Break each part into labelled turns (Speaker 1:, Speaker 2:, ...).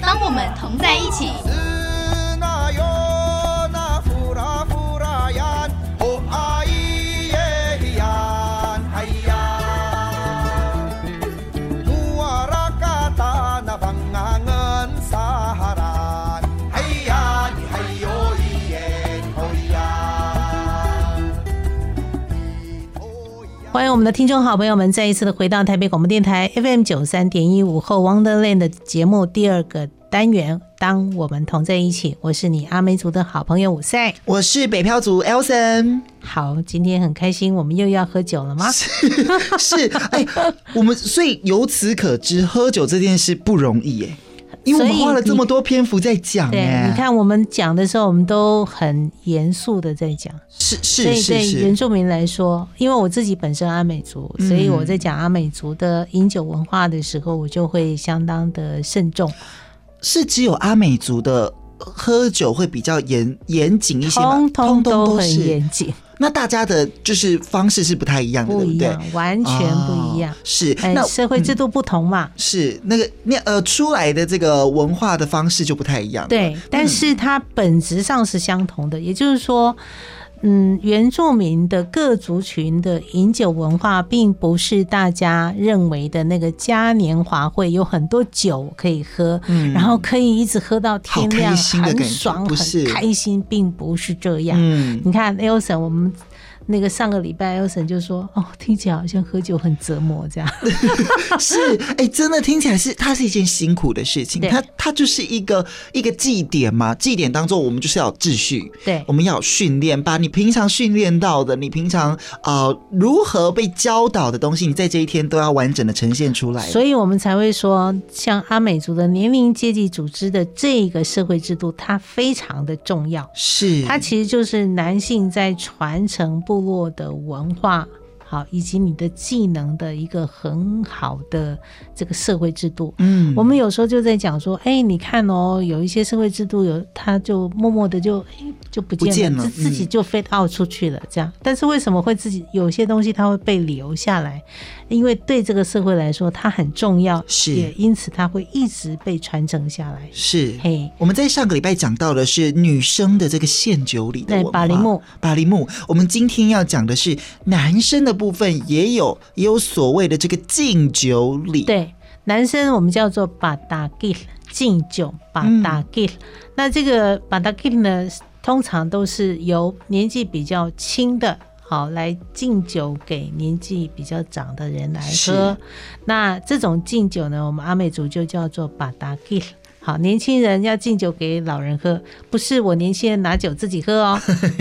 Speaker 1: 当我们同在一起，
Speaker 2: 欢迎我们的听众好朋友们再一次的回到台北广播电台 FM 九三点一午后 Wonderland 的节目第二个单元。当我们同在一起，我是你阿美族的好朋友五赛。
Speaker 3: 我是北漂族 Elson，
Speaker 2: 好，今天很开心，我们又要喝酒了吗？
Speaker 3: 是哎、我们所以由此可知，喝酒这件事不容易哎、因为我们
Speaker 2: 所以
Speaker 3: 花了这
Speaker 2: 你
Speaker 3: 么多篇幅在讲
Speaker 2: 对，
Speaker 3: 哎、
Speaker 2: 你看我们讲的时候，我们都很严肃的在讲。
Speaker 3: 是
Speaker 2: 所
Speaker 3: 是
Speaker 2: 以
Speaker 3: 是嗯
Speaker 2: 对原
Speaker 3: 是，
Speaker 2: 住民来说，因为我自己本身阿美族，所以我在讲阿美族的饮酒文化的时候，我就会相当的慎重。
Speaker 3: 是只有阿美族的喝酒会比较严严谨一些吗？
Speaker 2: 通通
Speaker 3: 都
Speaker 2: 都很
Speaker 3: 是
Speaker 2: 严谨，
Speaker 3: 那大家的就是方式是不太一样的，
Speaker 2: 不
Speaker 3: 对
Speaker 2: 一
Speaker 3: 不对
Speaker 2: 样？，完全不一样
Speaker 3: 哦。是
Speaker 2: 哎
Speaker 3: 那，嗯
Speaker 2: 社会制度不同嘛，
Speaker 3: 是那个那呃出来的这个文化的方式就不太一样。，
Speaker 2: 对，但是它本质上是相同的，也就是说。嗯，原住民的各族群的饮酒文化，并不是大家认为的那个嘉年华会有很多酒可以喝，
Speaker 3: 嗯
Speaker 2: 然后可以一直喝到天
Speaker 3: 好
Speaker 2: 亮，
Speaker 3: 开心的
Speaker 2: 很
Speaker 3: 感觉
Speaker 2: 爽，
Speaker 3: 不
Speaker 2: 很
Speaker 3: 是
Speaker 2: 开心，并不是这样。
Speaker 3: 嗯，
Speaker 2: 你看 Elson，我们那个上个礼拜 Elson 就说，哦，听起来好像喝酒很折磨这样。
Speaker 3: 是哎、真的听起来是它是一件辛苦的事情，
Speaker 2: 对
Speaker 3: 它它就是一个一个祭典嘛，祭典当中我们就是要有秩序，
Speaker 2: 对
Speaker 3: 我，们要有训练，把你平常训练到的，你平常呃如何被教导的东西，你在这一天都要完整的呈现出来。
Speaker 2: 所以我们才会说，像阿美族的年龄阶级组织的这个社会制度，它非常的重要。
Speaker 3: 是，
Speaker 2: 它其实就是男性在传承部落的文化，好，以及你的技能的一个很好的这个社会制度。
Speaker 3: 嗯
Speaker 2: 我们有时候就在讲说，哎、你看哦，有一些社会制度有，它就默默的就、哎就不见了，
Speaker 3: 不见了
Speaker 2: 自自己
Speaker 3: 嗯
Speaker 2: 就 fade out 出去了，这样。但是为什么会自己有些东西它会被留下来？因为对这个社会来说，它很重要，
Speaker 3: 是
Speaker 2: 也因此它会一直被传承下来。
Speaker 3: 是。
Speaker 2: 嘿，
Speaker 3: 我们在上个礼拜讲到的是女生的这个献酒礼的
Speaker 2: 对
Speaker 3: 文化，
Speaker 2: 巴黎木，
Speaker 3: 巴黎木。我们今天要讲的是男生的部分，也有也有所谓的这个敬酒礼，，
Speaker 2: 对，男生我们叫做把打 gil 敬酒，把打 gil、那这个把打 gil 呢，通常都是由年纪比较轻的。好，来敬酒给年纪比较长的人来喝
Speaker 3: 是。
Speaker 2: 那这种敬酒呢，我们阿美族就叫做把达吉。好，年轻人要敬酒给老人喝，不是我年轻人拿酒自己喝哦，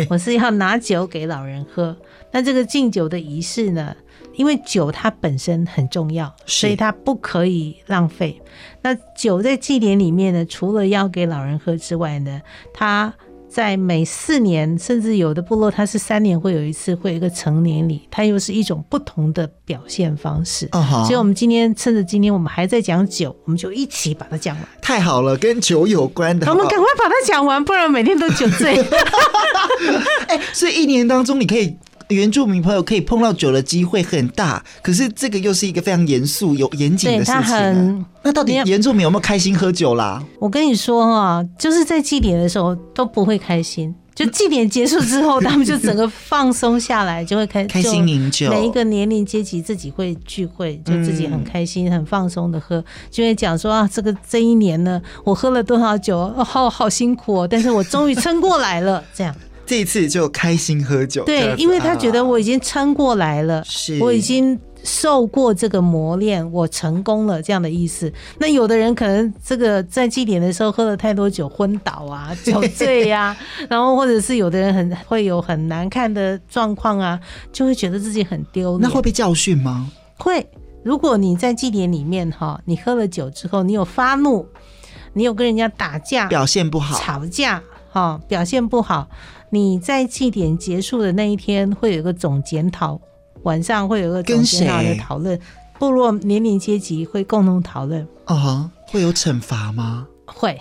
Speaker 2: 我是要拿酒给老人喝。那这个敬酒的仪式呢，因为酒它本身很重要，
Speaker 3: 是
Speaker 2: 所以它不可以浪费。那酒在祭典里面呢，除了要给老人喝之外呢，它在每四年，甚至有的部落它是三年会有一次会有一个成年礼，它又是一种不同的表现方式。
Speaker 3: 哦哈
Speaker 2: 所以，我们今天趁着今天我们还在讲酒，我们就一起把它讲 完。
Speaker 3: 太好了，跟酒有关的。
Speaker 2: 我们
Speaker 3: 好不
Speaker 2: 赶
Speaker 3: 好
Speaker 2: 快把它讲完，不然每天都酒 醉。
Speaker 3: 哎、所以一年当中，你可以原住民朋友可以碰到酒的机会很大，可是这个又是一个非常严肃、有严谨
Speaker 2: 对
Speaker 3: 的事
Speaker 2: 他
Speaker 3: 情啊。
Speaker 2: 很，
Speaker 3: 那到底
Speaker 2: 你要
Speaker 3: 原住民有没有开心喝酒啦？
Speaker 2: 我跟你说啊，就是在祭典的时候都不会开心，就祭典结束之后，他们就整个放松下来，就会开
Speaker 3: 开心饮酒
Speaker 2: 就每一个年龄阶级自己会聚会，就自己很开心、很放松的喝，就会讲说啊，这个这一年呢，我喝了多少酒，哦、好好辛苦哦，但是我终于撑过来了，这样。
Speaker 3: 这一次就开心喝酒，这
Speaker 2: 对
Speaker 3: 样，子
Speaker 2: 因为他觉得
Speaker 3: 啊
Speaker 2: 我已经撑过来了，
Speaker 3: 是
Speaker 2: 我已经受过这个磨练，我成功了这样的意思。那有的人可能这个在祭典的时候喝了太多酒昏倒 啊、酒醉呀、然后或者是有的人很会有很难看的状况啊，就会觉得自己很丢脸。
Speaker 3: 那会被教训吗？
Speaker 2: 会，如果你在祭典里面哈，你喝了酒之后，你有发怒，你有跟人家打架，
Speaker 3: 表现不好，
Speaker 2: 吵架，哈、表现不好，你在祭典结束的那一天会有一个总检讨，晚上会有一个总
Speaker 3: 跟
Speaker 2: 检讨的
Speaker 3: 谁
Speaker 2: 讨论，部落年龄阶级会共同讨论，
Speaker 3: 啊哈，会有惩罚吗？
Speaker 2: 会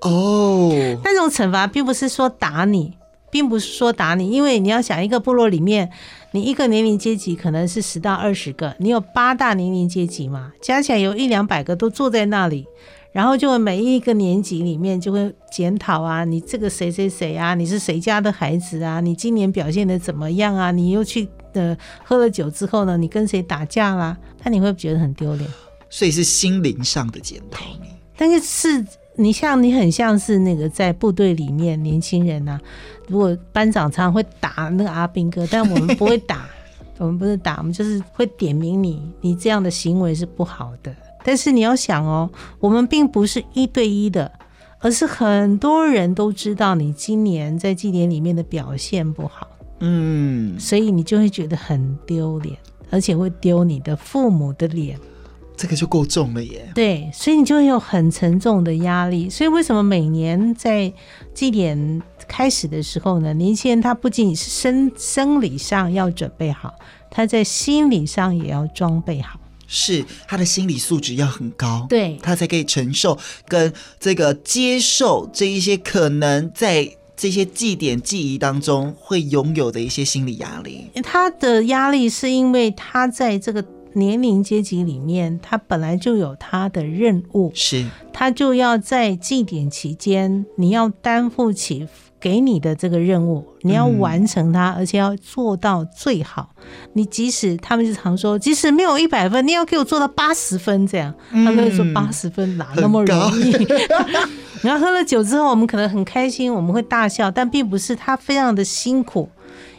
Speaker 3: 哦，
Speaker 2: 那种惩罚并不是说打你，并不是说打你，因为你要想一个部落里面，你一个年龄阶级可能是十到二十个，你有八大年龄阶级嘛，加起来有一两百个都坐在那里，然后就会每一个年级里面就会检讨啊，你这个谁谁谁啊，你是谁家的孩子啊，你今年表现的怎么样啊，你又去呃喝了酒之后呢，你跟谁打架啦，那你会觉得很丢脸。
Speaker 3: 所以是心灵上的检讨你。
Speaker 2: 但是是你像你很像是那个在部队里面年轻人呐、啊如果班长常常会打那个阿兵哥，但我们不会打，我们不是打，我们就是会点名你，你这样的行为是不好的。但是你要想哦，我们并不是一对一的，而是很多人都知道你今年在祭典里面的表现不好，
Speaker 3: 嗯，
Speaker 2: 所以你就会觉得很丢脸，而且会丢你的父母的脸。
Speaker 3: 这个就够重了耶。
Speaker 2: 对，所以你就会有很沉重的压力。所以为什么每年在祭典开始的时候呢，年轻人他不仅仅是生生理上要准备好，他在心理上也要装备好。
Speaker 3: 是他的心理素质要很高，
Speaker 2: 对
Speaker 3: 他才可以承受跟这个接受这一些可能在这些祭典记忆当中会拥有的一些心理压力。
Speaker 2: 他的压力是因为他在这个年龄阶级里面，他本来就有他的任务，
Speaker 3: 是，
Speaker 2: 他就要在祭典期间，你要担负起给你的这个任务，你要完成它，而且要做到最好。你即使他们就常说，即使没有一百分，你要给我做到八十分这样。他们会说八十分哪那么容易？ 然后喝了酒之后，我们可能很开心，我们会大笑，但并不是他非常的辛苦。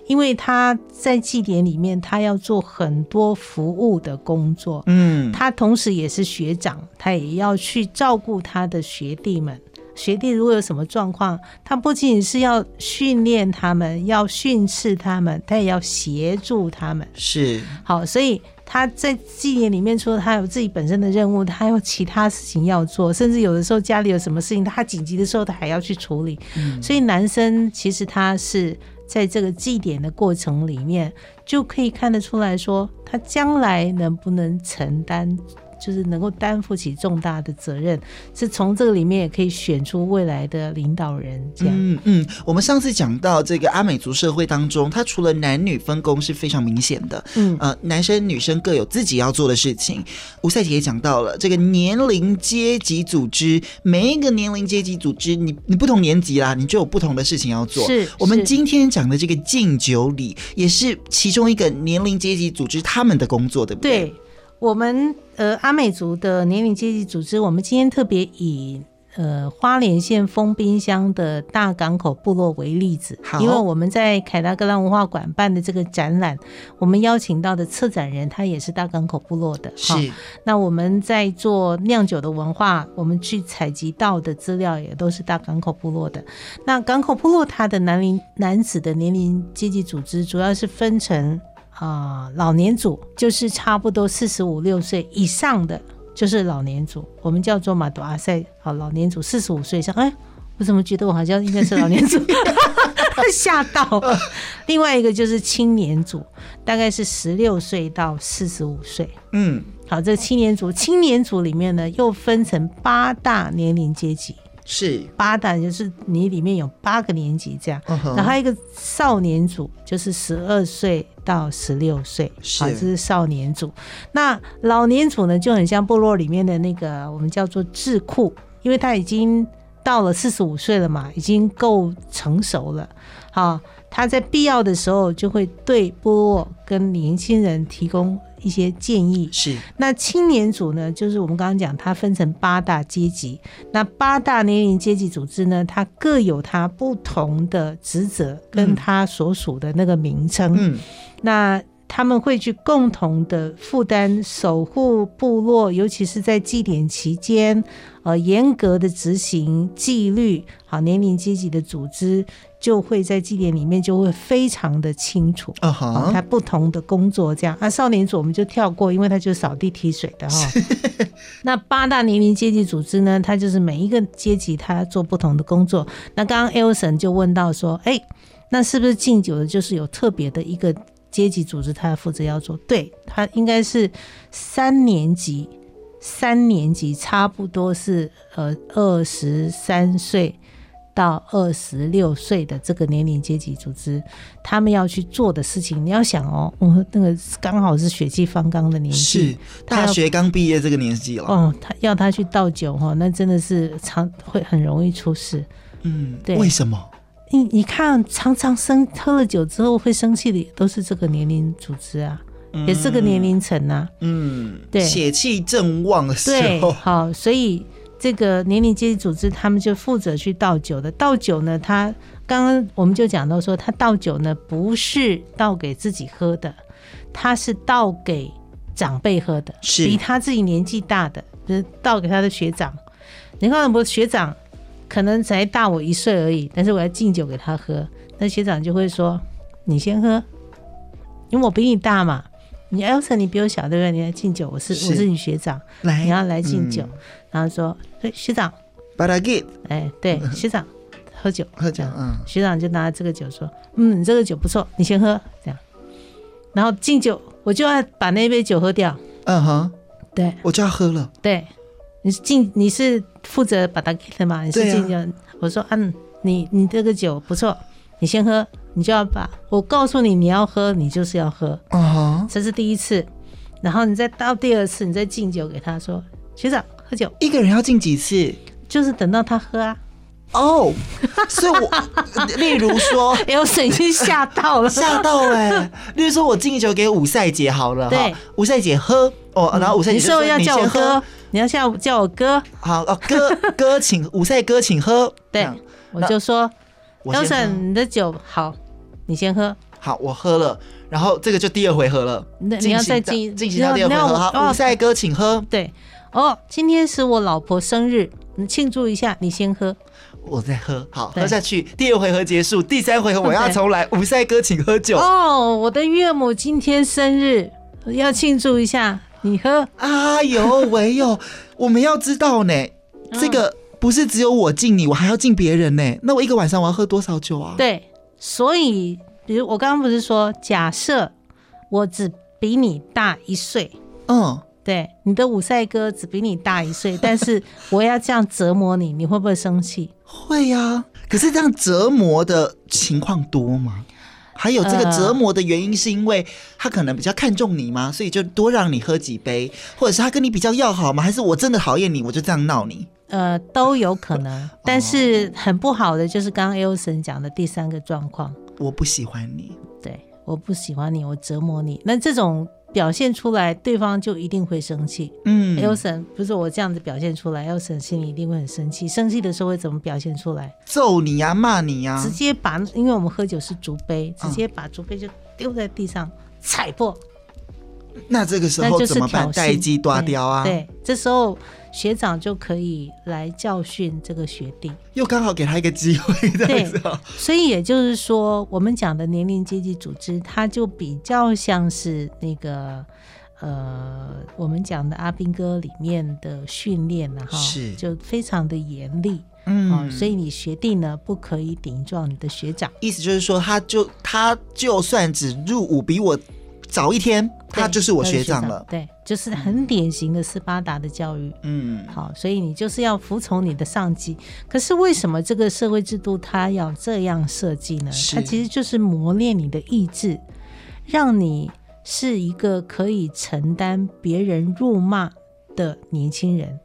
Speaker 2: 因为他在祭典里面，他要做很多服务的工作，
Speaker 3: 嗯，
Speaker 2: 他同时也是学长，他也要去照顾他的学弟们。学弟如果有什么状况，他不仅仅是要训练他们，要训斥他们，他也要协助他们。
Speaker 3: 是，
Speaker 2: 好，所以他在祭典里面，除了他有自己本身的任务，他还有其他事情要做，甚至有的时候家里有什么事情，他紧急的时候他还要去处理。所以男生其实他是在这个祭典的过程里面，就可以看得出来说，他将来能不能承担。就是能够担负起重大的责任，是从这个里面也可以选出未来的领导人。这样，
Speaker 3: 嗯嗯，我们上次讲到这个阿美族社会当中，它除了男女分工是非常明显的，
Speaker 2: 嗯
Speaker 3: 呃，男生女生各有自己要做的事情。吴赛姐也讲到了这个年龄阶级组织，每一个年龄阶级组织，你你不同年级啦，你就有不同的事情要做。
Speaker 2: 是
Speaker 3: 我们
Speaker 2: 是
Speaker 3: 今天讲的这个敬酒礼，也是其中一个年龄阶级组织他们的工作，对不对？
Speaker 2: 对我们呃阿美族的年龄阶级组织，我们今天特别以呃花莲县丰滨乡的大港口部落为例子
Speaker 3: 好，
Speaker 2: 因为我们在凯达格兰文化馆办的这个展览，我们邀请到的策展人他也是大港口部落的，哈
Speaker 3: 是，
Speaker 2: 那我们在做酿酒的文化，我们去采集到的资料也都是大港口部落的。那港口部落它的男龄男子的年龄阶级组织主要是分成啊、呃老年组，就是差不多四十五六岁以上的就是老年组，我们叫做马杜阿塞，好老年组四十五岁以上，哎。我怎么觉得我好像应该是老年组， 吓到。另外一个就是青年组，大概是十六岁到四十五岁。
Speaker 3: 嗯，
Speaker 2: 好，这青年组，青年组里面呢又分成八大年龄阶级，
Speaker 3: 是，
Speaker 2: 八大就是你里面有八个年级这样。
Speaker 3: 嗯哼
Speaker 2: 然后还有一个少年组，就是十二岁到十六岁，
Speaker 3: 是
Speaker 2: 好这是少年组。那老年组呢，就很像部落里面的那个我们叫做智库，因为他已经到了四十五岁了嘛，已经够成熟了。好，他在必要的时候就会对部落跟年轻人提供一些建议。
Speaker 3: 是，
Speaker 2: 那青年组呢，就是我们刚刚讲，它分成八大阶级。那八大年龄阶级组织呢，它各有它不同的职责跟它所属的那个名称。
Speaker 3: 嗯，
Speaker 2: 那他们会去共同的负担守护部落，尤其是在祭典期间，呃，严格的执行纪律。好，年龄阶级的组织就会在祭典里面就会非常的清楚。
Speaker 3: 啊
Speaker 2: 哦，
Speaker 3: 哈
Speaker 2: 他，不同的工作这样。啊，少年组我们就跳过，因为他就是扫地提水的哈、那八大年龄阶级组织呢，它就是每一个阶级他做不同的工作。那刚刚 Elson 就问到说，哎、那是不是敬酒的就是有特别的一个阶级组织，他负责要做？对，他应该是三年级。三年级差不多是呃二十三岁到二十六岁的这个年龄阶级组织，他们要去做的事情，你要想哦，我那个刚好是血气方刚的年纪，
Speaker 3: 是大学刚毕业这个年纪了，
Speaker 2: 哦，他要他去倒酒哈、哦，那真的是常会很容易出事。
Speaker 3: 嗯，
Speaker 2: 对
Speaker 3: 为什么？
Speaker 2: 你你看，常常生喝了酒之后会生气的，也都是这个年龄组织啊，也是这个年龄层啊。
Speaker 3: 嗯，
Speaker 2: 对
Speaker 3: 血气正旺的时
Speaker 2: 对，
Speaker 3: 候，
Speaker 2: 好，所以这个年龄阶级组织他们就负责去倒酒的。倒酒呢，他刚刚我们就讲到说，他倒酒呢不是倒给自己喝的，他是倒给长辈喝的，
Speaker 3: 是
Speaker 2: 比他自己年纪大的，就是倒给他的学长。你看我学长可能才大我一岁而已，但是我要敬酒给他喝，那学长就会说：“你先喝，因为我比你大嘛。”你 Elsa，你比我小，对不对？你来敬酒，我是
Speaker 3: 是
Speaker 2: 我是你学长，
Speaker 3: 来，嗯
Speaker 2: 你要来敬酒，然后说，哎，学长，
Speaker 3: 把它给
Speaker 2: 哎，对，学长，喝酒，
Speaker 3: 嗯 喝
Speaker 2: 这
Speaker 3: 酒，
Speaker 2: 样。
Speaker 3: 嗯，
Speaker 2: 学长就拿这个酒说，嗯，你这个酒不错，你先喝，这样。然后敬酒，我就要把那杯酒喝掉。
Speaker 3: 嗯哼，
Speaker 2: 对
Speaker 3: 我就要喝了，
Speaker 2: 对，你是敬，你是负责把它给的嘛？你是
Speaker 3: 对啊
Speaker 2: 敬酒，我说，嗯，你你这个酒不错，你先喝，你就要把我告诉你你要喝，你就是要喝。
Speaker 3: 嗯哼，
Speaker 2: 这是第一次，然后你再到第二次，你再敬酒给他说，学长喝酒，
Speaker 3: 一个人要敬几次？
Speaker 2: 就是等到他喝啊。
Speaker 3: 哦，所以我 例如说。。
Speaker 2: 哎呦，沈已经吓到了
Speaker 3: 吓到哎、例如说，我敬酒给五赛姐好了
Speaker 2: 对嗯
Speaker 3: 哈，五赛姐喝哦，然后五赛姐
Speaker 2: 你
Speaker 3: 就
Speaker 2: 说
Speaker 3: 说
Speaker 2: 要
Speaker 3: 你
Speaker 2: 叫我
Speaker 3: 先喝
Speaker 2: 哥，你要叫叫我哥，
Speaker 3: 好哦，哥 哥请五赛哥请喝，这
Speaker 2: 对
Speaker 3: 样，
Speaker 2: 我就说，
Speaker 3: 我
Speaker 2: 姚
Speaker 3: 先喝
Speaker 2: 沈，你的酒好，你先喝。
Speaker 3: 好，我喝了，然后这个就第二回合了，
Speaker 2: 那
Speaker 3: 进
Speaker 2: 你要
Speaker 3: 行
Speaker 2: 再
Speaker 3: 到
Speaker 2: 进
Speaker 3: 进行到第二回
Speaker 2: 那
Speaker 3: 合
Speaker 2: 我
Speaker 3: 了，
Speaker 2: 哦
Speaker 3: 好，五赛哥请喝，
Speaker 2: 对，哦，今天是我老婆生日，你庆祝一下，你先喝。
Speaker 3: 我再喝，好
Speaker 2: 对
Speaker 3: 喝下去，第二回合结束，第三回合我要重来，五赛哥请喝酒
Speaker 2: 哦，我的岳母今天生日，要庆祝一下，你喝。
Speaker 3: 哎呦喂呦， 我们要知道呢，
Speaker 2: 嗯
Speaker 3: 这个不是只有我敬你，我还要敬别人呢。那我一个晚上我要喝多少酒啊？
Speaker 2: 对，所以比如我刚刚不是说，假设我只比你大一岁，
Speaker 3: 嗯，
Speaker 2: 对，你的五赛哥只比你大一岁， 但是我要这样折磨你，你会不会生气？
Speaker 3: 会呀、可是这样折磨的情况多吗？还有这个
Speaker 2: 呃
Speaker 3: 折磨的原因是因为他可能比较看重你吗？所以就多让你喝几杯，或者是他跟你比较要好吗？还是我真的讨厌你，我就这样闹你？
Speaker 2: 呃，都有可能，但是很不好的就是刚刚 Elson 讲的第三个状况，
Speaker 3: 我不喜欢你，
Speaker 2: 对，我不喜欢你，我折磨你，那这种表现出来，对方就一定会生气。
Speaker 3: 嗯，
Speaker 2: Elson 不是我这样子表现出来，Elson 心里一定会很生气。生气的时候会怎么表现出来？
Speaker 3: 揍你呀、骂你啊呀、
Speaker 2: 直接把，因为我们喝酒是竹杯，直接把竹杯就丢在地上踩破，
Speaker 3: 那这个时
Speaker 2: 那
Speaker 3: 候
Speaker 2: 就是
Speaker 3: 怎么
Speaker 2: 挑？
Speaker 3: 办
Speaker 2: 衅
Speaker 3: 待机抓雕啊，
Speaker 2: 对，对这时候学长就可以来教训这个学 弟。
Speaker 3: 又刚好给他一个机会，这样子哦、
Speaker 2: 所以也就是说，我们讲的年龄阶级组织，它就比较像是那个呃，我们讲的阿兵哥里面的训练啊了哈，
Speaker 3: 是
Speaker 2: 就非常的严厉。啊、
Speaker 3: 嗯，
Speaker 2: 所以你学弟呢不可以顶撞你的学长，
Speaker 3: 意思就是说，他就他就算只入伍比我早一天，他就是我
Speaker 2: 他是
Speaker 3: 学长了。
Speaker 2: 对，就是很典型的斯巴达的教育。
Speaker 3: 嗯，
Speaker 2: 好，所以你就是要服从你的上级。可是为什么这个社会制度它要这样设计呢？
Speaker 3: 是
Speaker 2: 它其实就是磨练你的意志，让你是一个可以承担别人辱骂的年轻人。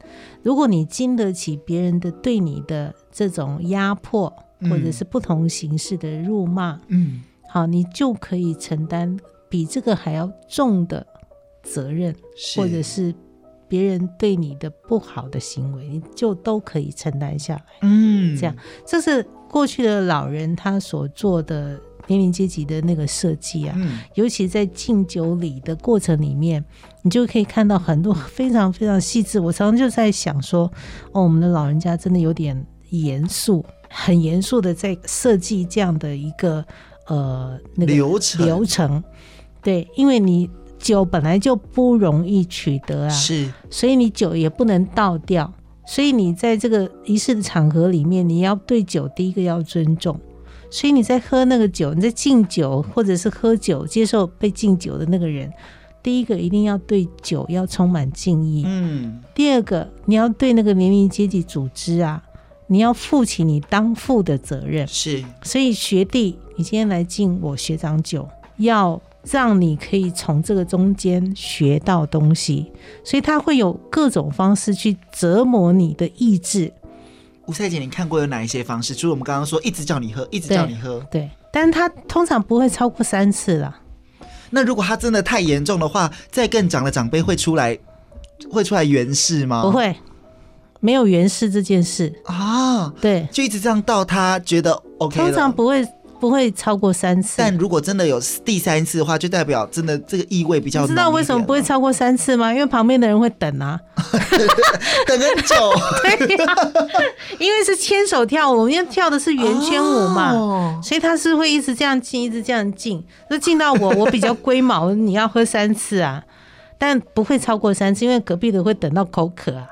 Speaker 2: 如果你经得起别人的对你的这种压迫，或者
Speaker 3: 嗯
Speaker 2: 是不同形式的辱骂，
Speaker 3: 嗯，
Speaker 2: 好，你就可以承担比这个还要重的责任。
Speaker 3: 是
Speaker 2: 或者是别人对你的不好的行为，你就都可以承担下来。
Speaker 3: 嗯
Speaker 2: 这样，这是过去的老人他所做的年龄阶级的那个设计啊。
Speaker 3: 嗯，
Speaker 2: 尤其在敬酒礼的过程里面，你就可以看到很多 非常非常细致。我常常就在想说，哦，我们的老人家真的有点严肃，很严肃的在设计这样的一个呃那个
Speaker 3: 流程
Speaker 2: 流程。对，因为你酒本来就不容易取得啊，
Speaker 3: 是
Speaker 2: 所以你酒也不能倒掉。所以你在这个仪式的场合里面，你要对酒第一个要尊重。所以你在喝那个酒，你在敬酒或者是喝酒，接受被敬酒的那个人，第一个一定要对酒要充满敬意。
Speaker 3: 嗯
Speaker 2: 第二个，你要对那个年龄阶级组织啊，你要负起你当负的责任。
Speaker 3: 是
Speaker 2: 所以学弟，你今天来敬我学长酒，要让你可以从这个中间学到东西，所以他会有各种方式去折磨你的意志。
Speaker 3: 吴赛姐，你看过有哪一些方式？除了我们刚刚说一直叫你喝，一直叫你喝，
Speaker 2: 对，但他通常不会超过三次啦。
Speaker 3: 那如果他真的太严重的话，再更长的长辈会出来，会出来原事吗？
Speaker 2: 不会，没有原事这件事。
Speaker 3: 啊，
Speaker 2: 对，
Speaker 3: 就一直这样到他觉得 OK 了
Speaker 2: 通常不会不会超过三次。
Speaker 3: 但如果真的有第三次的话，就代表真的这个意味比较
Speaker 2: 你
Speaker 3: 浓
Speaker 2: 知
Speaker 3: 一点
Speaker 2: 道
Speaker 3: 了。
Speaker 2: 为什么不会超过三次吗？因为旁边的人会等啊，
Speaker 3: 等很久？
Speaker 2: 对呀、因为是牵手跳舞，我们要跳的是圆圈舞嘛。
Speaker 3: 哦
Speaker 2: 所以他是会一直这样进，一直这样进，就进到我，我比较龟毛，你要喝三次啊，但不会超过三次，因为隔壁的会等到口渴啊。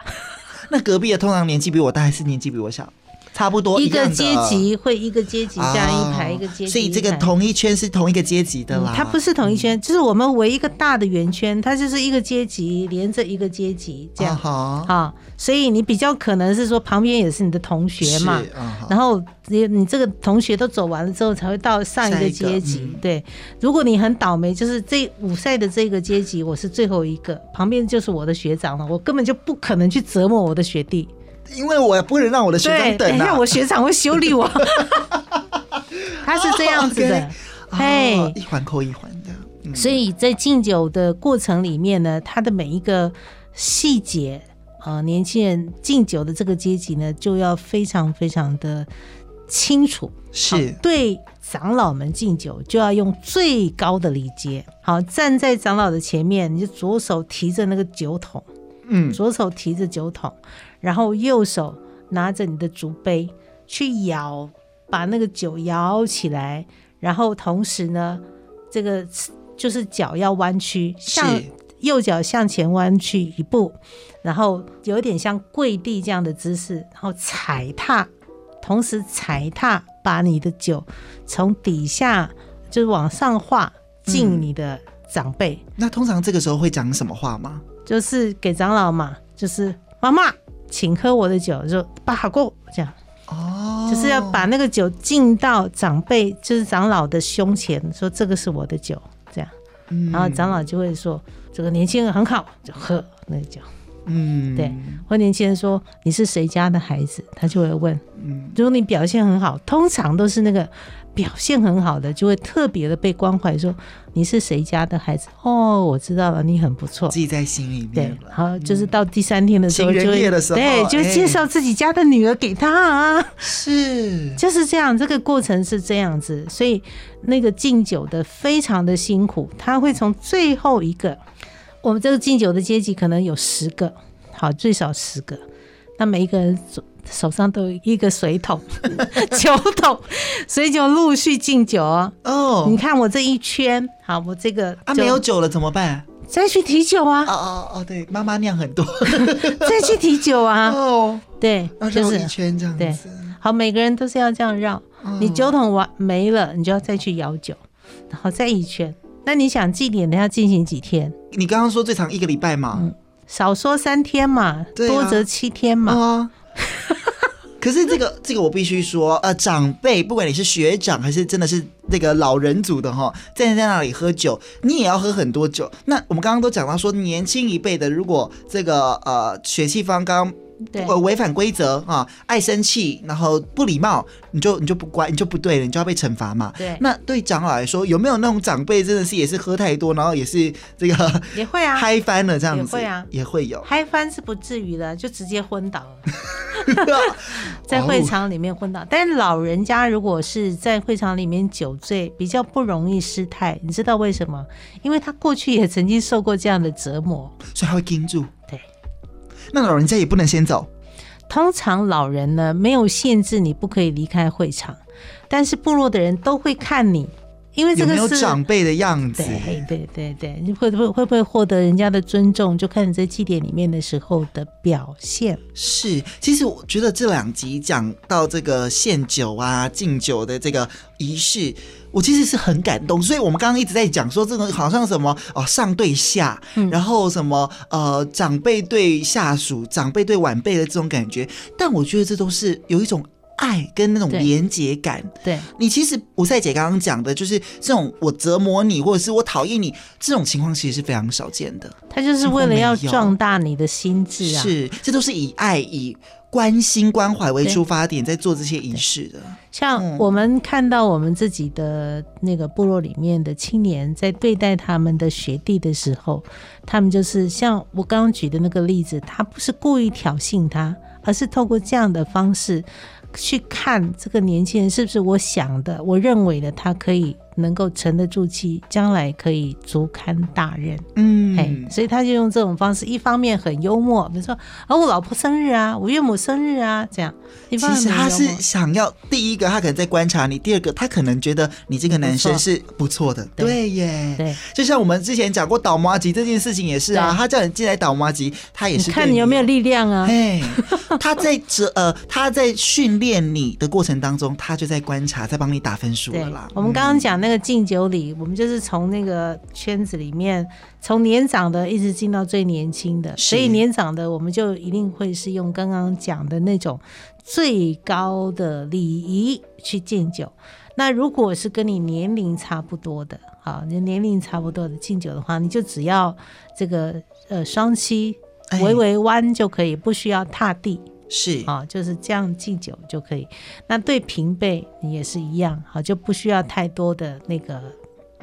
Speaker 3: 那隔壁的通常年纪比我大，还是年纪比我小？差不多
Speaker 2: 一个
Speaker 3: 哦样的
Speaker 2: 阶级会一个阶级这样一排、
Speaker 3: 啊
Speaker 2: 一个阶级一排，
Speaker 3: 所以这个同一圈是同一个阶级的啦。
Speaker 2: 它不
Speaker 3: 是
Speaker 2: 是同一圈，就是我们围一个大的圆圈，它就是一个阶级连着一个阶级这样
Speaker 3: 好、啊哈、
Speaker 2: 啊、所以你比较可能是说旁边也是你的同学嘛，
Speaker 3: 是啊哈
Speaker 2: 然后你你这个同学都走完了之后，才会到上一
Speaker 3: 下
Speaker 2: 个
Speaker 3: 一个
Speaker 2: 阶级。
Speaker 3: 嗯
Speaker 2: 对，如果你很倒霉，就是这五赛的这个阶级，我是最后一个，旁边就是我的学长了，我根本就不可能去折磨我的学弟。
Speaker 3: 因为我不能让我的学
Speaker 2: 对，
Speaker 3: 长
Speaker 2: 等一
Speaker 3: 等
Speaker 2: 下
Speaker 3: 啊。
Speaker 2: 我学长会修理 我，他是这样子的
Speaker 3: OK。
Speaker 2: 嘿、
Speaker 3: 哦一环扣一环的。嗯
Speaker 2: 所以在敬酒的过程里面呢，它的每一个细节，呃，年轻人敬酒的这个阶级呢，就要非常非常的清楚。
Speaker 3: 是
Speaker 2: 好对长老们敬酒，就要用最高的礼节。好，站在长老的前面，你就左手提着那个酒桶，
Speaker 3: 嗯，
Speaker 2: 左手提着酒桶，然后右手拿着你的竹杯去摇，把那个酒摇起来，然后同时呢，这个就是脚要弯曲，
Speaker 3: 是
Speaker 2: 向右脚向前弯曲一步，然后有一点像跪地这样的姿势，然后踩踏，同时踩踏把你的酒从底下就是往上画
Speaker 3: 嗯
Speaker 2: 进你的长辈。
Speaker 3: 那通常这个时候会讲什么话吗？
Speaker 2: 就是给长老嘛，就是妈妈，请喝我的酒，就把够这样，
Speaker 3: 哦，
Speaker 2: 就是要把那个酒敬到长辈，就是长老的胸前，说这个是我的酒，这样，
Speaker 3: 嗯，
Speaker 2: 然后长老就会说这个年轻人很好，就喝那个酒，
Speaker 3: 嗯，
Speaker 2: 对或年轻人说你是谁家的孩子，他就会问，
Speaker 3: 嗯，
Speaker 2: 如果你表现很好，通常都是那个表现很好的就会特别的被关怀，说你是谁家的孩子，哦，我知道了，你很不错，
Speaker 3: 记在心里面
Speaker 2: 对，
Speaker 3: 了。嗯
Speaker 2: 好，就是到第三天的时候
Speaker 3: 情人
Speaker 2: 就会，
Speaker 3: 夜的时候
Speaker 2: 对，就
Speaker 3: 哎
Speaker 2: 介绍自己家的女儿给他啊，
Speaker 3: 是
Speaker 2: 就是这样，这个过程是这样子，所以那个敬酒的非常的辛苦，他会从最后一个，我们这个敬酒的阶级可能有十个，好，最少十个，那每一个人手手上都有一个水桶、 酒桶，所以就陆续敬酒哦。
Speaker 3: 哦
Speaker 2: 你看我这一圈，好，我这个
Speaker 3: 啊，
Speaker 2: 就
Speaker 3: 没有酒了怎么办？
Speaker 2: 再去提酒啊
Speaker 3: 哦，哦哦，对，妈妈酿很 多
Speaker 2: 再去提酒啊，
Speaker 3: 哦，
Speaker 2: 对
Speaker 3: 要，
Speaker 2: 就
Speaker 3: 绕
Speaker 2: 是
Speaker 3: 一圈这样
Speaker 2: 对
Speaker 3: 子。
Speaker 2: 好，每个人都是要这样绕。
Speaker 3: 嗯
Speaker 2: 你酒桶完没了，你就要再去摇酒，然后再一圈。那你想祭典的要进行几天？
Speaker 3: 你刚刚说最长一个礼拜
Speaker 2: 嗯
Speaker 3: 嘛？
Speaker 2: 少说三天嘛，
Speaker 3: 对啊
Speaker 2: 多则七天嘛。
Speaker 3: 啊。 可是这个这个我必须说，呃，长辈不管你是学长还是真的是那个老人组的哈，站在那里喝酒，你也要喝很多酒。那我们刚刚都讲到说，年轻一辈的如果这个呃血气方刚
Speaker 2: 对，
Speaker 3: 呃，违反规则啊，爱生气，然后不礼貌，你就你就不乖，你就不对了，你就要被惩罚嘛。
Speaker 2: 对
Speaker 3: 那对长老来说，有没有那种长辈真的是也是喝太多，然后也是这个
Speaker 2: 也会啊。
Speaker 3: 嗨翻了这样子？
Speaker 2: 也会啊
Speaker 3: 也会 有。
Speaker 2: 嗨翻是不至于的，就直接昏倒了，
Speaker 3: 哦
Speaker 2: 在会场里面昏倒。但是老人家如果是在会场里面酒醉，比较不容易失态，你知道为什么？因为他过去也曾经受过这样的折磨。
Speaker 3: 所以他会盯住。
Speaker 2: 对。
Speaker 3: 那老人家也不能先走，
Speaker 2: 通常老人呢没有限制你不可以离开会场，但是部落的人都会看你，因为这
Speaker 3: 有
Speaker 2: 个
Speaker 3: 没有
Speaker 2: 是
Speaker 3: 长辈的样子？
Speaker 2: 对对对对，你会不会会不会获得人家的尊重，就看你在祭典里面的时候的表现。
Speaker 3: 是，其实我觉得这两集讲到这个献酒啊、敬酒的这个仪式，我其实是很感动。所以我们刚刚一直在讲说，这个好像什么哦上对下，然后什么呃长辈对下属、长辈对晚辈的这种感觉，但我觉得这都是有一种爱跟那种
Speaker 2: 对
Speaker 3: 连结感。
Speaker 2: 对，
Speaker 3: 你其实吴赛姐刚刚讲的，就是这种我折磨你，或者是我讨厌你这种情况，其实是非常少见的。
Speaker 2: 他就是为了要壮大你的心智啊。
Speaker 3: 是，这都是以爱、以关心、关怀为
Speaker 2: 对
Speaker 3: 出发点，在做这些仪式的。嗯
Speaker 2: 像我们看到我们自己的那个部落里面的青年，在对待他们的学弟的时候，他们就是像我刚刚举的那个例子，他不是故意挑衅他，而是透过这样的方式去看这个年轻人是不是我想的、我认为的，他可以能够沉得住气，将来可以足堪大任。哎、
Speaker 3: 嗯，
Speaker 2: 所以他就用这种方式，一方面很幽默，比如说啊，我老婆生日啊，我岳母生日啊，这样。一方面
Speaker 3: 其实他
Speaker 2: 很幽默
Speaker 3: 是想要第一个，他可能在观察你；第二个，他可能觉得你这个男生
Speaker 2: 不
Speaker 3: 是不错的。
Speaker 2: 对
Speaker 3: 对耶，
Speaker 2: 对，
Speaker 3: 就像我们之前讲过倒麻吉这件事情也是啊，
Speaker 2: 对
Speaker 3: 他叫你进来倒麻吉，他也
Speaker 2: 你
Speaker 3: 是
Speaker 2: 看
Speaker 3: 对
Speaker 2: 你
Speaker 3: 你
Speaker 2: 有没有
Speaker 3: 啊。
Speaker 2: 力量啊？
Speaker 3: 哎，他在这呃，他在训练你的过程当中，他就在观察，在帮你打分数
Speaker 2: 对
Speaker 3: 了啦，。嗯
Speaker 2: 我们刚刚讲那个敬酒礼，我们就是从那个圈子里面，从年长的一直敬到最年轻的，
Speaker 3: 是
Speaker 2: 所以年长的我们就一定会是用刚刚讲的那种最高的礼仪去敬酒。那如果是跟你年龄差不多的，好，你年龄差不多的敬酒的话，你就只要这个呃双膝
Speaker 3: 哎
Speaker 2: 微微弯就可以，不需要踏地。
Speaker 3: 是
Speaker 2: 啊、就是这样敬酒就可以。那对平辈你也是一样，好，就不需要太多的那个，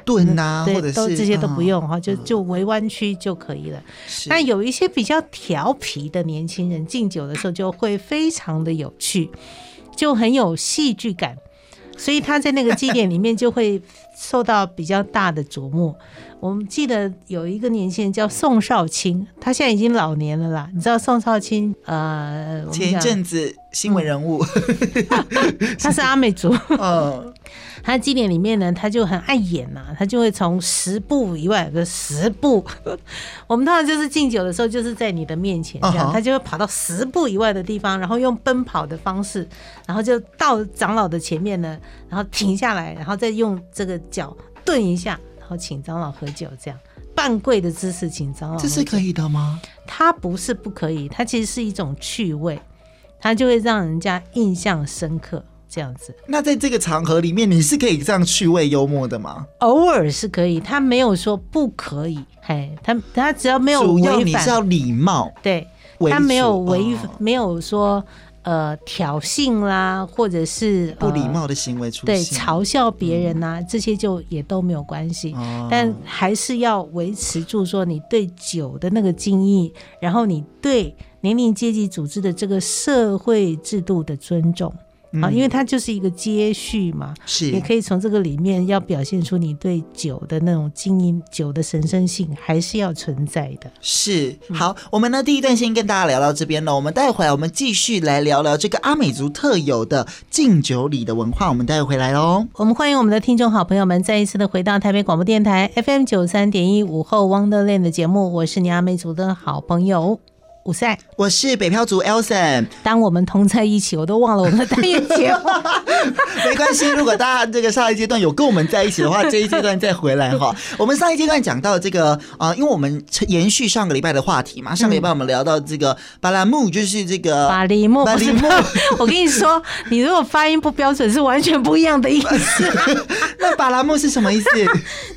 Speaker 3: 盾
Speaker 2: 嗯
Speaker 3: 啊，
Speaker 2: 对
Speaker 3: 或者，是
Speaker 2: 都这些都不用哈、就
Speaker 3: 嗯
Speaker 2: 就围弯曲就可以了。
Speaker 3: 是
Speaker 2: 那有一些比较调皮的年轻人，敬酒的时候就会非常的有趣，就很有戏剧感，所以他在那个祭典里面就会受到比较大的瞩目。我们记得有一个年轻人叫宋少卿，他现在已经老年了啦。你知道宋少卿，呃，我们
Speaker 3: 前一
Speaker 2: 讲
Speaker 3: 阵子新闻人物，
Speaker 2: 他是阿美族， 哦
Speaker 3: 嗯，
Speaker 2: 他祭典里面呢，他就很爱演呐、他就会从十步以外的十步， 我们通常就是敬酒的时候，就是在你的面前这样
Speaker 3: 嗯哼
Speaker 2: 他就会跑到十步以外的地方，然后用奔跑的方式，然后就到长老的前面呢，然后停下来，然后再用这个脚顿一下，然后请长老喝酒，这样半跪的姿势请长老喝
Speaker 3: 这
Speaker 2: 酒。
Speaker 3: 是可以的吗？
Speaker 2: 它不是不可以，它其实是一种趣味，它就会让人家印象深刻，这样子。
Speaker 3: 那在这个场合里面，你是可以这样趣味幽默的吗？
Speaker 2: 偶尔是可以，他没有说不可以，嘿，他他只要没有
Speaker 3: 主要
Speaker 2: 违
Speaker 3: 你
Speaker 2: 反，
Speaker 3: 是要礼貌
Speaker 2: 对
Speaker 3: 为主，
Speaker 2: 他没有违、
Speaker 3: 哦
Speaker 2: 没有说呃挑衅啦，或者是、
Speaker 3: 不
Speaker 2: 呃
Speaker 3: 礼貌的行为出现，
Speaker 2: 对嘲笑别人呐、这些就也都没有关系。
Speaker 3: 哦
Speaker 2: 但还是要维持住说你对酒的那个敬意，然后你对年龄阶级组织的这个社会制度的尊重、
Speaker 3: 嗯
Speaker 2: 啊，因为它就是一个接续嘛。
Speaker 3: 是
Speaker 2: 也可以从这个里面要表现出你对酒的那种经营酒的神圣性还是要存在的。
Speaker 3: 是，
Speaker 2: 嗯
Speaker 3: 好，我们呢第一段先跟大家聊到这边了，我们待会儿我们继续来聊聊这个阿美族特有的敬酒礼的文化，我们待会儿回来哦喽。
Speaker 2: 我们欢迎我们的听众好朋友们再一次的回到台北广播电台 FM 九三点一午后 Wonderland 的节目，我是你阿美族的好朋友五赛。
Speaker 3: 我是北漂族 Elson，
Speaker 2: 当我们同在一起，我都忘了我们的单元节目。
Speaker 3: 没关系，如果大家这个上一阶段有跟我们在一起的话，这一阶段再回来 哈。我们上一阶段讲到这个啊、呃因为我们延续上个礼拜的话题嘛，上个礼拜我们聊到这个巴拉木，就是这个
Speaker 2: 嗯巴里木，
Speaker 3: 巴
Speaker 2: 不
Speaker 3: 里
Speaker 2: 是
Speaker 3: 木。
Speaker 2: 我跟你说，你如果发音不标准，是完全不一样的意思。
Speaker 3: 那巴拉木是什 么意思？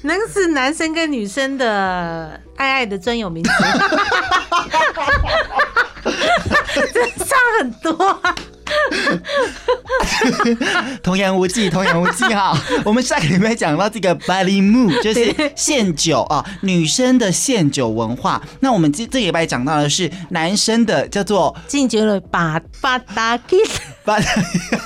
Speaker 2: 那个是男生跟女生的爱爱的专有名词，这差很多、啊。
Speaker 3: 童言无忌，童言无忌 哈。我们上个礼拜讲到这个巴里木，就是献酒啊，女生的献酒文化。那我们这这礼拜讲到的是男生的叫做
Speaker 2: 进觉了把把打给，
Speaker 3: 把，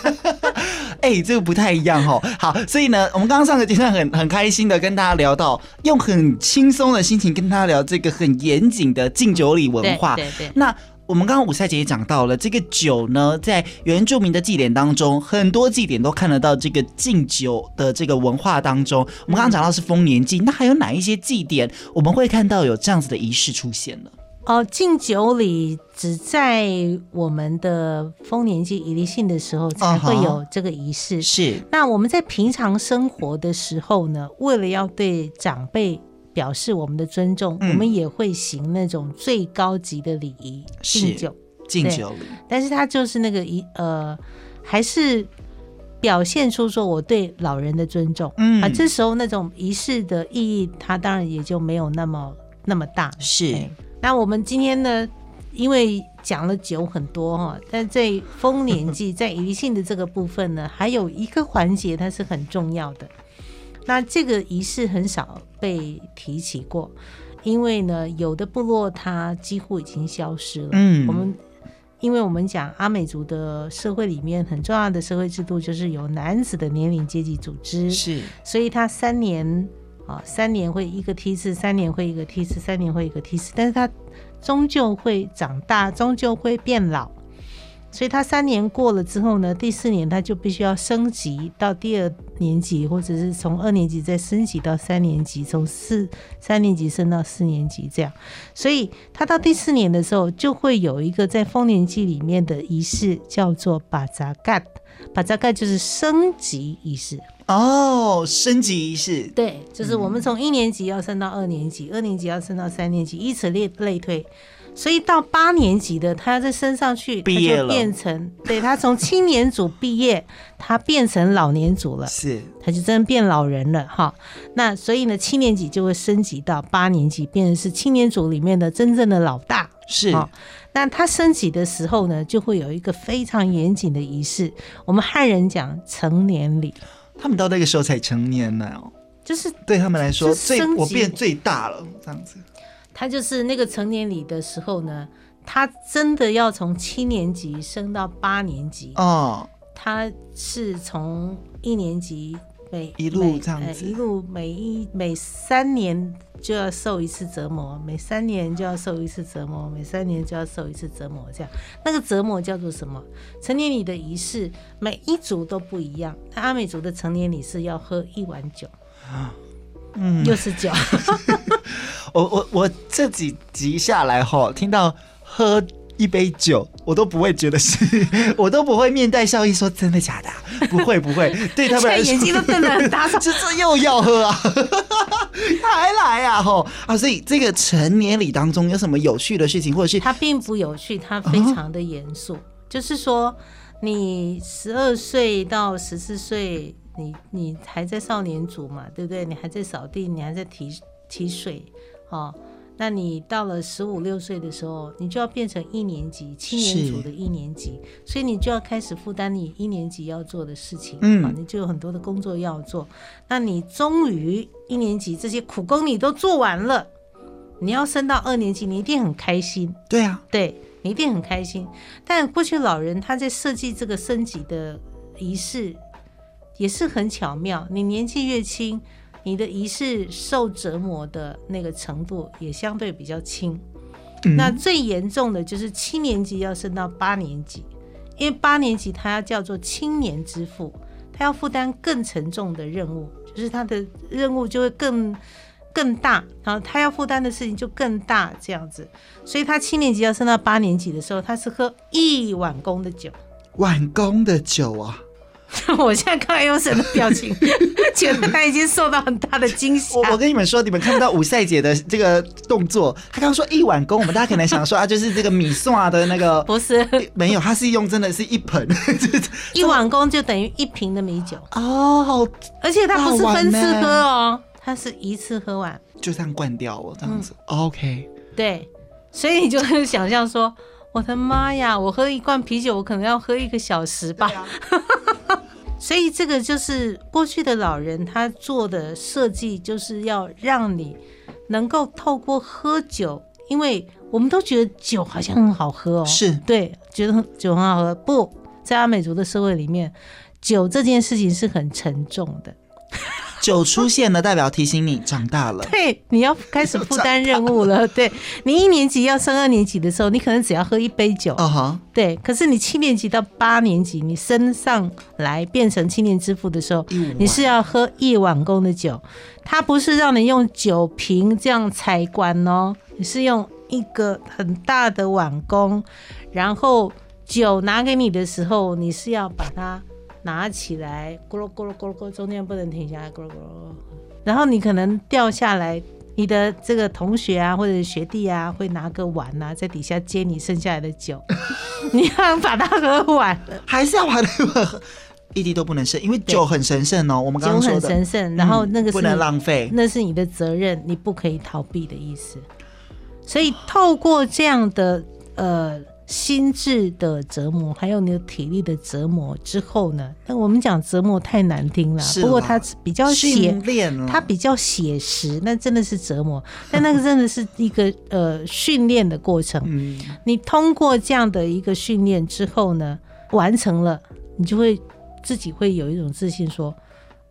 Speaker 3: 哎、这个不太一样哦。好，所以呢，我们刚刚上个阶段很很开心的跟大家聊到，用很轻松的心情跟大家聊这个很严谨的敬酒礼文化。
Speaker 2: 对对对
Speaker 3: 那我们刚刚五赛节也讲到了，这个酒呢，在原住民的祭典当中，很多祭典都看得到这个敬酒的这个文化当中。我们刚刚讲到是丰年祭，那还有哪一些祭典我们会看到有这样子的仪式出现呢？
Speaker 2: 哦，敬酒礼只在我们的丰年祭、仪礼性的时候才会有这个仪式。
Speaker 3: 是
Speaker 2: 那我们在平常生活的时候呢，为了要对长辈表示我们的尊重，
Speaker 3: 嗯
Speaker 2: 我们也会行那种最高级的礼仪
Speaker 3: 是
Speaker 2: 敬酒，
Speaker 3: 敬酒礼，
Speaker 2: 但是它就是那个一呃，还是表现出说我对老人的尊重。
Speaker 3: 嗯
Speaker 2: 啊，这时候那种仪式的意义，它当然也就没有那么那么大。
Speaker 3: 是
Speaker 2: 对那我们今天呢，因为讲了酒很多哈，但在丰 年祭在宜性的这个部分呢，还有一个环节它是很重要的。那这个仪式很少被提起过，因为呢，有的部落它几乎已经消失了。
Speaker 3: 嗯
Speaker 2: 我们因为我们讲阿美族的社会里面很重要的社会制度，就是由男子的年龄阶级组织，
Speaker 3: 是
Speaker 2: 所以他三年啊，三年会一个梯次，三年会一个梯次，三年会一个梯次，但是他终究会长大，终究会变老，所以他三年过了之后呢，第四年他就必须要升级到第二年级，或者是从二年级再升级到三年级，从四三年级升到四年级这样，所以他到第四年的时候，就会有一个在丰年祭里面的仪式，叫做把扎干。把扎干就是升级仪式，
Speaker 3: 哦，升级仪式
Speaker 2: 对，就是我们从一年级要升到二年级，二年级要升到三年级，以此类类推。所以到八年级的，他在升上去，
Speaker 3: 毕业
Speaker 2: 他
Speaker 3: 了
Speaker 2: 就变成对他从青年组毕业，他变成老年组了，
Speaker 3: 是
Speaker 2: 他就真的变老人了哈。那所以呢，七年级就会升级到八年级，变成是青年组里面的真正的老大。
Speaker 3: 是
Speaker 2: 哦那他升级的时候呢，就会有一个非常严谨的仪式，我们汉人讲成年礼，
Speaker 3: 他们到那个时候才成年呢、哦，
Speaker 2: 就是
Speaker 3: 对他们来说，
Speaker 2: 就
Speaker 3: 最
Speaker 2: 升级
Speaker 3: 我变最大了，这样子
Speaker 2: 他就是那个成年礼的时候呢，他真的要从七年级升到八年级，
Speaker 3: 哦，
Speaker 2: 他是从一年级每
Speaker 3: 一路
Speaker 2: 每
Speaker 3: 这样
Speaker 2: 呃
Speaker 3: 子
Speaker 2: 一路每一每三年就要受一次折磨，每三年就要受一次折磨，每三年就要受一次折磨，这样那个折磨叫做什么？成年礼的仪式，每一族都不一样。那阿美族的成年礼是要喝一碗酒，嗯，又是酒，
Speaker 3: 我我我这几集下来哈，听到喝一杯酒，我都不会觉得是， 我都不会面带笑意说真的假的啊，不会不会， 对他们来
Speaker 2: 现在眼睛
Speaker 3: 说
Speaker 2: 都瞪得很 大。
Speaker 3: 这这又要喝啊， 还来啊吼啊！所以这个成年礼当中有什么有趣的事情，或者是
Speaker 2: 它并不有趣，它非常的严肃。就是说，你十二岁到十四岁，你你还在少年组嘛，对不对？你还在扫地，你还在提提水，哦。那你到了十五六岁的时候，你就要变成一年级七年组的一年级，所以你就要开始负担你一年级要做的事情，
Speaker 3: 嗯
Speaker 2: 啊，你就有很多的工作要做。那你终于一年级这些苦工你都做完了，你要升到二年级，你一定很开心，
Speaker 3: 对啊，
Speaker 2: 对你一定很开心。但过去老人他在设计这个升级的仪式也是很巧妙，你年纪越轻，你的仪式受折磨的那个程度也相对比较轻。
Speaker 3: 嗯
Speaker 2: 那最严重的就是七年级要升到八年级，因为八年级他要叫做青年之父，他要负担更沉重的任务，就是他的任务就会更更大，然后他要负担的事情就更大，这样子。所以他七年级要升到八年级的时候，他是喝一碗公的酒。
Speaker 3: 晚工的酒啊，
Speaker 2: 我现在看优神的表情， 觉得他已经受到很大的惊吓。
Speaker 3: 我我跟你们说，你们看不到五赛姐的这个动作，她刚刚说一碗公，我们大家可能想说啊，就是这个米蒜的那个，
Speaker 2: 不是
Speaker 3: 没有，她是用真的是一盆， 就是
Speaker 2: 一碗公就等于一瓶的米酒，
Speaker 3: 哦，好
Speaker 2: 而且它不是分次
Speaker 3: 大碗
Speaker 2: 喝
Speaker 3: 呢
Speaker 2: 哦，它是一次喝完。
Speaker 3: 就这样灌掉我这样子、OK，
Speaker 2: 嗯对，所以你就会想象说，我的妈呀，我喝一罐啤酒，我可能要喝一个小时吧。 所以这个就是过去的老人他做的设计，就是要让你能够透过喝酒，因为我们都觉得酒好像很好喝哦，
Speaker 3: 是
Speaker 2: 对，觉得很酒很好喝。不在阿美族的社会里面，酒这件事情是很沉重的。
Speaker 3: 酒出现了，代表提醒你长大了。
Speaker 2: 对，你要开始负担任务了。对你一年级要升二年级的时候，你可能只要喝一杯酒，
Speaker 3: 哦哈，
Speaker 2: 对。可是你七年级到八年级，你升上来变成青年之父的时候，
Speaker 3: 一碗
Speaker 2: 你是要喝一碗公的酒，它不是让你用酒瓶这样采管哦，你是用一个很大的碗公，然后酒拿给你的时候，你是要把它拿起来，咕噜咕噜咕噜咕噜，中间不能停下来，咕噜咕噜咕噜。然后你可能掉下来，你的这个同学啊或者学弟啊会拿个碗啊在底下接你剩下来的酒， 你要把它喝完。
Speaker 3: 还是要把那个一滴都不能剩，因为酒很神圣哦。我们刚
Speaker 2: 酒
Speaker 3: 刚说
Speaker 2: 很
Speaker 3: 的
Speaker 2: 神，圣，然后那个是
Speaker 3: 嗯不
Speaker 2: 你
Speaker 3: 能浪费。
Speaker 2: 那是你的责任，你不可以逃避的意思。所以透过这样的呃心智的折磨，还有你的体力的折磨之后呢，那我们讲折磨太难听了，
Speaker 3: 是嗯
Speaker 2: 不过
Speaker 3: 啦
Speaker 2: 它比较写
Speaker 3: 训。练了，
Speaker 2: 它比较写实，那真的是折磨，但那个真的是一个呃训练的过程。
Speaker 3: 嗯，
Speaker 2: 你通过这样的一个训练之后呢，完成了，你就会自己会有一种自信说，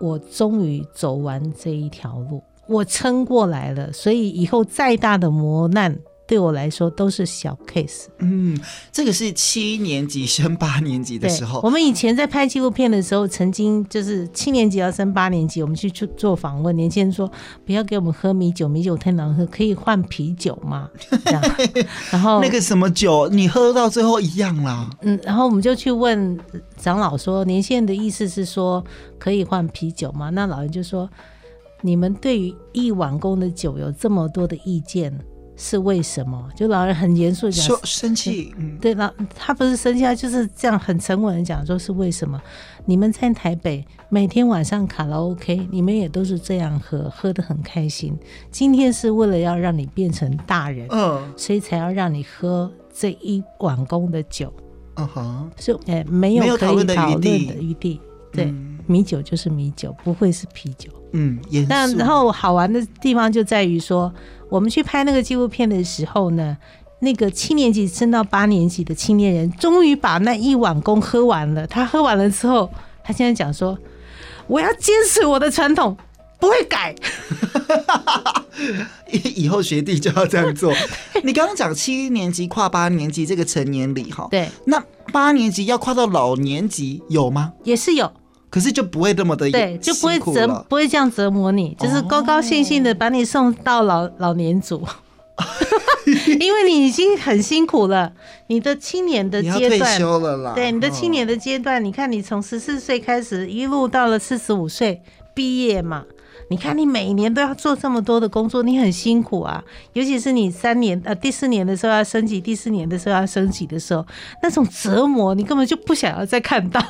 Speaker 2: 我终于走完这一条路，我撑过来了，所以以后再大的磨难对我来说都是小 case。
Speaker 3: 嗯，这个是七年级升八年级的
Speaker 2: 对
Speaker 3: 时，候，
Speaker 2: 我们以前在拍纪录片的时候，曾经就是七年级要升八年级，我们去去做访问，年轻人说不要给我们喝米酒，米酒太难喝，可以换啤酒嘛？这 样，然后
Speaker 3: 那个什么酒，你喝到最后一样啦。
Speaker 2: 嗯，然后我们就去问长老说，年限的意思是说可以换啤酒吗？那老人就说，你们对于一碗公的酒有这么多的意见，是为什么？就老人很严肃地讲，
Speaker 3: 说生气，嗯，
Speaker 2: 对，老他不是生气，他就是这样很沉稳的讲，说是为什么？你们在台北每天晚上卡拉 OK，你们也都是这样喝，喝得很开心。今天是为了要让你变成大人，
Speaker 3: 嗯，
Speaker 2: 所以才要让你喝这一碗公的酒。
Speaker 3: 嗯哼，
Speaker 2: 是哎、没
Speaker 3: 没有
Speaker 2: 有可
Speaker 3: 讨
Speaker 2: 以
Speaker 3: 论的余
Speaker 2: 讨论
Speaker 3: 地
Speaker 2: 的余地。对，
Speaker 3: 嗯
Speaker 2: 米酒就是米酒，不会是啤酒。
Speaker 3: 嗯，严
Speaker 2: 但
Speaker 3: 肃
Speaker 2: 然后好玩的地方就在于说，我们去拍那个纪录片的时候呢，那个七年级升到八年级的青年人，终于把那一碗公喝完了。他喝完了之后，他现在讲说：“我要坚持我的传统，不会改。
Speaker 3: 以后学弟就要这样 做。你刚刚讲七年级跨八年级这个成年礼哈”，
Speaker 2: 对，
Speaker 3: 那八年级要跨到老年级有吗？
Speaker 2: 也是有。
Speaker 3: 可是就不会那么的
Speaker 2: 对，就不会
Speaker 3: 辛苦
Speaker 2: 折
Speaker 3: 了，哦
Speaker 2: 不会这样折磨你，就是高高兴兴的把你送到老老年 组。因为你已经很辛苦了，你的青年的
Speaker 3: 你要
Speaker 2: 阶
Speaker 3: 退
Speaker 2: 段，
Speaker 3: 休了啦。
Speaker 2: 对你的
Speaker 3: 哦
Speaker 2: 青年的阶段，你看你从十四岁开始一路到了四十五岁毕业嘛，你看你每年都要做这么多的工作，你很辛苦啊。尤其是你三年呃第四年的时候要升级，第四年的时候要升级的时候，那种折磨你根本就不想要再看到。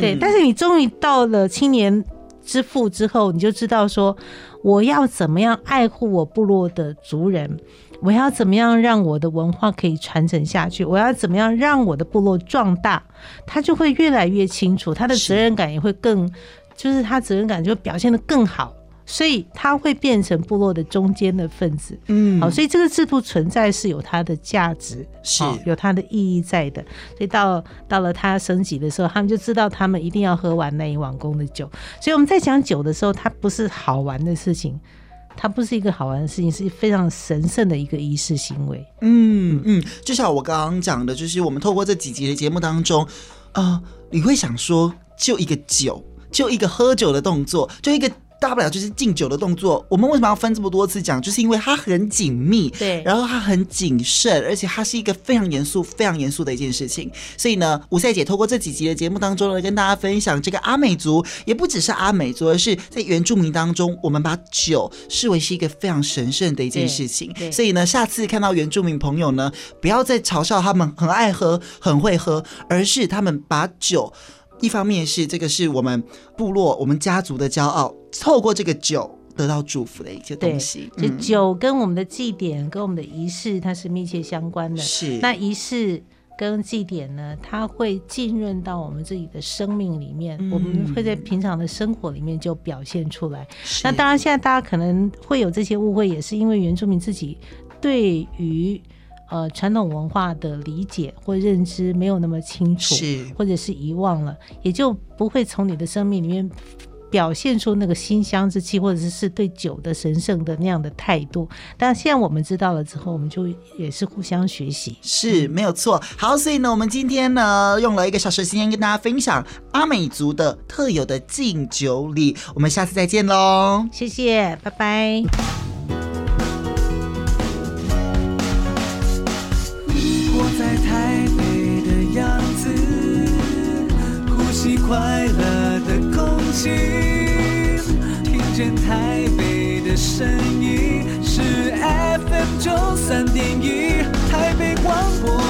Speaker 2: 对，但是你终于到了青年之父之后，你就知道说，我要怎么样爱护我部落的族人，我要怎么样让我的文化可以传承下去，我要怎么样让我的部落壮大，他就会越来越清楚，他的
Speaker 3: 是
Speaker 2: 责任感也会更，就是他责任感就会表现得更好，所以他会变成部落的中间的分子。
Speaker 3: 嗯，
Speaker 2: 好，所以这个制度存在是有它的价值，
Speaker 3: 是
Speaker 2: 哦有它的意义在的。所以到到了它升级的时候，他们就知道他们一定要喝完那一碗公的酒。所以我们在讲酒的时候，它不是好玩的事情，它不是一个好玩的事情，是非常神圣的一个仪式行为。
Speaker 3: 嗯嗯，就像我刚刚讲的，就是我们透过这几集的节目当中，呃，你会想说，就一个酒，就一个喝酒的动作，就一个大不了就是敬酒的动作，我们为什么要分这么多次讲？就是因为它很紧密，
Speaker 2: 对
Speaker 3: 然后它很谨慎，而且它是一个非常严肃、非常严肃的一件事情。所以呢，吴赛姐透过这几集的节目当中呢，跟大家分享这个阿美族，也不只是阿美族，而是在原住民当中，我们把酒视为是一个非常神圣的一件
Speaker 2: 对
Speaker 3: 事情。
Speaker 2: 对
Speaker 3: 所以呢，下次看到原住民朋友呢，不要再嘲笑他们很爱喝、很会喝，而是他们把酒。一方面是这个是我们部落、我们家族的骄傲，透过这个酒得到祝福的一些
Speaker 2: 对，
Speaker 3: 东西。嗯
Speaker 2: 就酒跟我们的祭典、跟我们的仪式，它是密切相关的。
Speaker 3: 是
Speaker 2: 那仪式跟祭典呢，它会浸润到我们自己的生命里面，我
Speaker 3: 嗯
Speaker 2: 们会在平常的生活里面就表现出来。
Speaker 3: 是
Speaker 2: 那当然，现在大家可能会有这些误会，也是因为原住民自己对于呃传统文化的理解或认知没有那么清楚，
Speaker 3: 是
Speaker 2: 或者是遗忘了，也就不会从你的生命里面表现出那个馨香之气，或者是对酒的神圣的那样的态度。但现在我们知道了之后，我们就也是互相学习。
Speaker 3: 是没有错。好，所以呢，我们今天呢用了一个小时时间跟大家分享阿美族的特有的敬酒礼，我们下次再见喽。
Speaker 2: 谢谢，拜拜。
Speaker 1: 活在台北的样子，呼吸快乐的空气，听见台北的声音是 FM 九三点一，台北广播